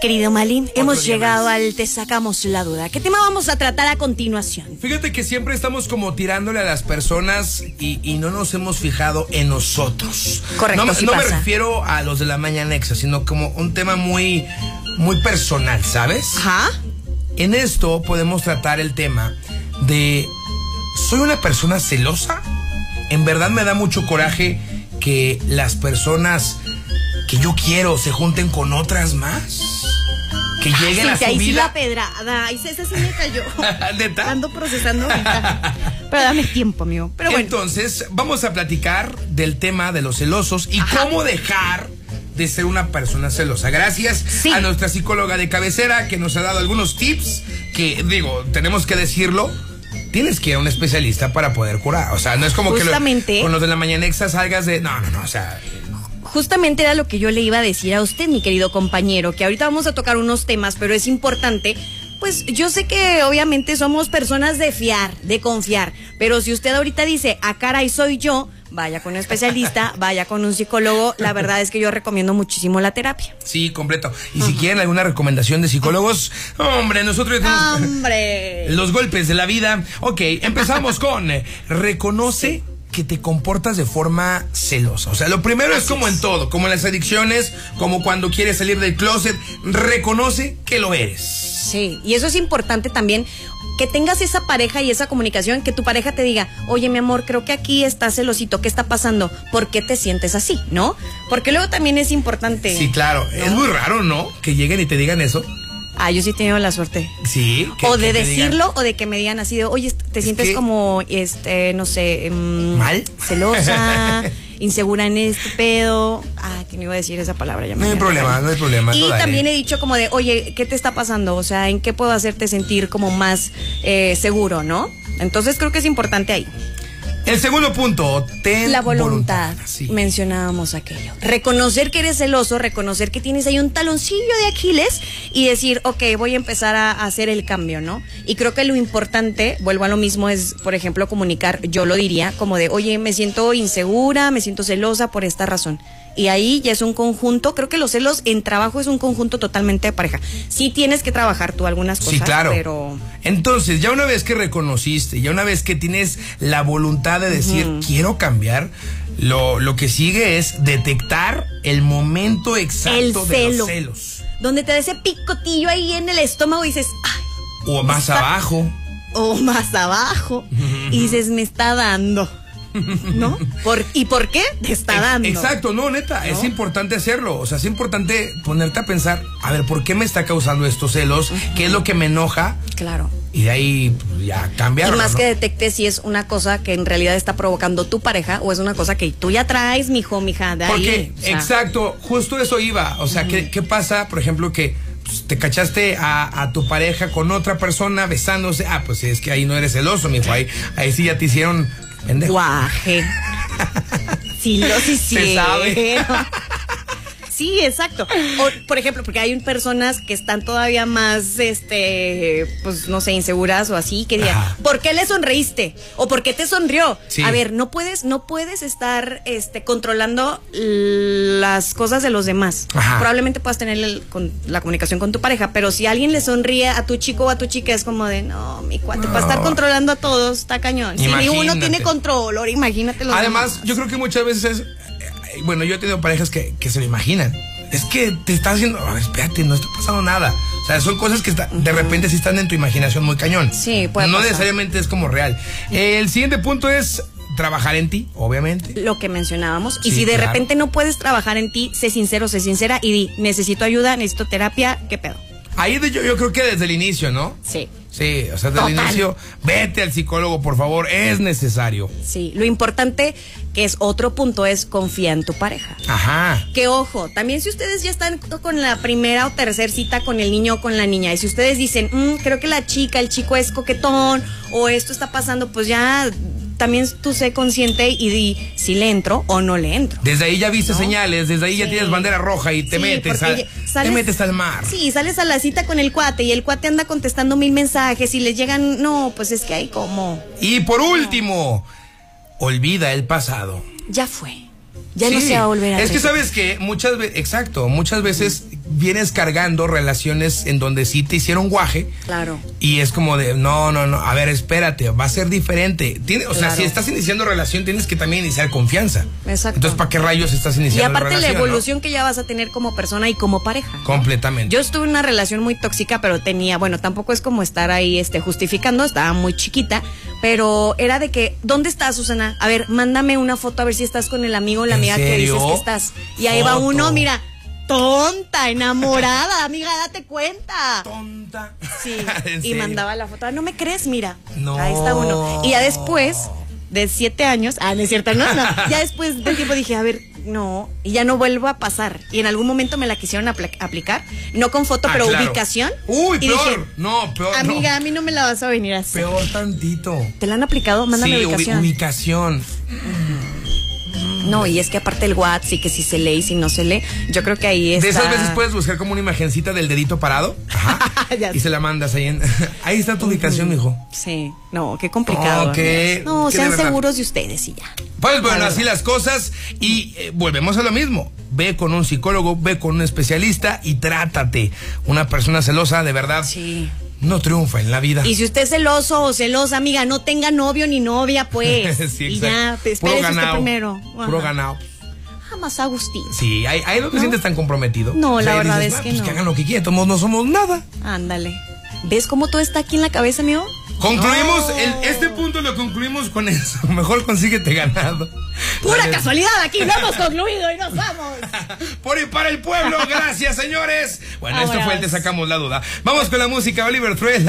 Querido Malin, hemos llegado al Te sacamos la duda. ¿Qué tema vamos a tratar a continuación? Fíjate que siempre estamos como tirándole a las personas y, y no nos hemos fijado en nosotros. Correcto, No, me- sí no me pasa. refiero a los de la mañanexa, sino como un tema muy, muy personal, ¿sabes? Ajá. En esto podemos tratar el tema de ¿soy una persona celosa? En verdad me da mucho coraje que las personas que yo quiero se junten con otras más. Que lleguen Sí, a sí, su ahí sí la vida. pedrada. Ahí sí, esa sí me cayó. ¿Neta? Ando procesando ahorita. Pero dame tiempo, amigo. Pero bueno. Entonces, vamos a platicar del tema de los celosos y Ajá. cómo dejar de ser una persona celosa. Gracias Sí. a nuestra psicóloga de cabecera que nos ha dado algunos tips que, digo, tenemos que decirlo. Tienes que ir a un especialista para poder curar. O sea, no es como que Justamente. lo- con los de la mañanexa salgas de. No, no, no. O sea, Justamente era lo que yo le iba a decir a usted, mi querido compañero, que ahorita vamos a tocar unos temas, pero es importante. Pues yo sé que obviamente somos personas de fiar, de confiar, pero si usted ahorita dice, a caray soy yo, vaya con un especialista, vaya con un psicólogo, la verdad es que yo recomiendo muchísimo la terapia. sí, completo. Y si quieren alguna recomendación de psicólogos, hombre, nosotros Ah, tenemos. ¡Hombre! Los golpes de la vida. Ok, empezamos con eh, reconoce que te comportas de forma celosa. O sea, lo primero es como en todo, como en las adicciones, como cuando quieres salir del closet, reconoce que lo eres. Sí, y eso es importante también, que tengas esa pareja y esa comunicación, que tu pareja te diga, oye mi amor, creo que aquí estás celosito, ¿qué está pasando? ¿Por qué te sientes así? ¿No? Porque luego también es importante. Sí, claro. Es muy raro, ¿no? Que lleguen y te digan eso. Ah, yo sí he tenido la suerte. Sí. que- o que de te digan. decirlo o de que me digan así de, oye, est- te Es sientes que- como, este, no sé, mm, ¿Mal? celosa, insegura en este pedo. Ah, que no iba a decir esa palabra. Ya No hay mañana. problema, no hay problema, Y tú dale. también he dicho como de, oye, ¿qué te está pasando? O sea, ¿en qué puedo hacerte sentir como más eh, seguro, no? Entonces creo que es importante ahí. El segundo punto, ten La voluntad. Sí. Mencionábamos aquello. Reconocer que eres celoso, reconocer que tienes ahí un taloncillo de Aquiles y decir, ok, voy a empezar a a hacer el cambio, ¿no? Y creo que lo importante, vuelvo a lo mismo, es, por ejemplo, comunicar, yo lo diría, como de, oye, me siento insegura, me siento celosa por esta razón. Y ahí ya es un conjunto, creo que los celos en trabajo es un conjunto totalmente de pareja. Sí tienes que trabajar tú algunas cosas, sí, claro. pero... Entonces, ya una vez que reconociste, ya una vez que tienes la voluntad de decir, quiero cambiar, lo, lo que sigue es detectar el momento exacto El de celo. los celos. Donde te da ese picotillo ahí en el estómago y dices, ay. O más Está- abajo. o más abajo y dices, me está dando. ¿No? Por, ¿Y por qué te está Ex- dando? Exacto, no, neta, es ¿No? importante hacerlo. O sea, es importante ponerte a pensar, a ver, ¿por qué me está causando estos celos? ¿Qué es lo que me enoja? Claro. Y de ahí pues, ya cambiar. y más ¿no? que detectes si es una cosa que en realidad está provocando tu pareja o es una cosa que tú ya traes, mijo, mija, de ahí. Porque, o sea, exacto, justo eso iba. O sea, ¿qué, qué pasa, por ejemplo, que pues, te cachaste a, a tu pareja con otra persona besándose? Ah, pues es que ahí no eres celoso, mijo. Ahí, ahí sí ya te hicieron pendejo. Guaje. Sí, lo sí, Se sabe. Sí, exacto. O, por ejemplo, porque hay un- personas que están todavía más, este, pues no sé, inseguras o así, que digan, Ajá. ¿por qué le sonreíste? ¿O por qué te sonrió? Sí. A ver, no puedes, no puedes estar, este, controlando las cosas de los demás. Ajá. Probablemente puedas tener el- con- la comunicación con tu pareja, pero si alguien le sonríe a tu chico o a tu chica, es como de, no, mi cuate, para estar No. controlando a todos, está cañón. Si ni uno Imagínate. tiene control, ahora imagínate los Además, demás. yo creo que muchas veces es. eh, Bueno, yo he tenido parejas que, que se lo imaginan. Es que te está haciendo. A ver, espérate, no está pasando nada. O sea, son cosas que está- de repente sí están en tu imaginación muy cañón. Sí, puede No pasar. necesariamente es como real. El siguiente punto es trabajar en ti, obviamente. lo que mencionábamos. y Sí, si de claro. repente no puedes trabajar en ti, sé sincero, sé sincera y di, necesito ayuda, necesito terapia, ¿qué pedo? Ahí de- yo, yo creo que desde el inicio, ¿no? Sí. Sí, o sea, desde el Total. inicio, vete al psicólogo, por favor, es necesario. Sí, lo importante que es otro punto es confía en tu pareja. Ajá. Que ojo, también si ustedes ya están con la primera o tercera cita con el niño o con la niña, y si ustedes dicen, "Mm, creo que la chica, el chico es coquetón, o esto está pasando, pues ya también tú sé consciente y di si le entro o no le entro. Desde ahí ya viste ¿No? señales, desde ahí ya Sí. tienes bandera roja y te Sí, metes porque al, ya- te sales- metes al mar. Sí, sales a la cita con el cuate y el cuate anda contestando mil mensajes y les llegan, no, pues es que hay como, Y por último, olvida el pasado. ya fue, ya no Sí. se va a volver a Es que repetir. sabes que muchas veces, exacto, muchas veces vienes cargando relaciones en donde sí te hicieron guaje. Claro. Y es como de, no, no, no, a ver, espérate, va a ser diferente. Tiene, o sea, Claro. si estás iniciando relación, tienes que también iniciar confianza. Exacto. Entonces, ¿para qué rayos estás Y iniciando aparte la relación? no? evolución que ya vas a tener como persona y como pareja. ¿no? Completamente. Yo estuve en una relación muy tóxica, pero tenía, bueno, tampoco es como estar ahí este, justificando, estaba muy chiquita, pero era de que, ¿dónde estás, Susana? A ver, mándame una foto a ver si estás con el amigo o la ¿En amiga que dices serio? que estás. Y ahí va Foto. uno, mira, tonta, enamorada, amiga, date cuenta. Tonta. Sí, Ah, ¿En y serio? mandaba la foto. "Ah, No me crees, mira. No. Ahí está uno. Y ya después de siete años, ah, no es cierto, no, no. Ya después del tiempo dije, a ver, no, y ya no vuelvo a pasar. Y en algún momento me la quisieron apla- aplicar, no con foto, Ah, pero claro. ubicación. Uy, y peor. Oh, dije, no, peor. no. amiga, a mí no me la vas a venir a hacer. Peor tantito. ¿Te la han aplicado? Mándame sí, ubi- ubicación. ubicación. No, y es que aparte el WhatsApp y que si se lee y si no se lee, yo creo que ahí está. De esas veces puedes buscar como una imagencita del dedito parado. Ajá. Ya y se la mandas ahí en. ahí está tu ubicación, mijo. Sí, no, qué complicado. No, amigas. qué- no, qué de sean verdad. seguros de ustedes y ya. Pues bueno, Claro. así las cosas y eh, volvemos a lo mismo. Ve con un psicólogo, ve con un especialista y trátate. Una persona celosa, de verdad, Sí. no triunfa en la vida. Y si usted es celoso o celosa, amiga, no tenga novio ni novia, pues. Sí, y ya, exacto. pues, Puro espérese usted ganao, primero. Puro Ajá. ganado. Ah, más Agustín. Sí, ahí, ahí no te ¿No? sientes tan comprometido. No, la ahí verdad dices, es "Ah, que pues no. Que hagan lo que quieran, todos no somos nada. Ándale. ¿Ves cómo todo está aquí en la cabeza, amigo? Concluimos, No. el- este punto lo concluimos con eso. Mejor consíguete ganado. Pura Dale. casualidad aquí, no hemos concluido y nos vamos. Por y para el pueblo, gracias señores. Bueno, esto Vámonos. fue el Te Sacamos la Duda. Vamos con la música, Oliver Truella.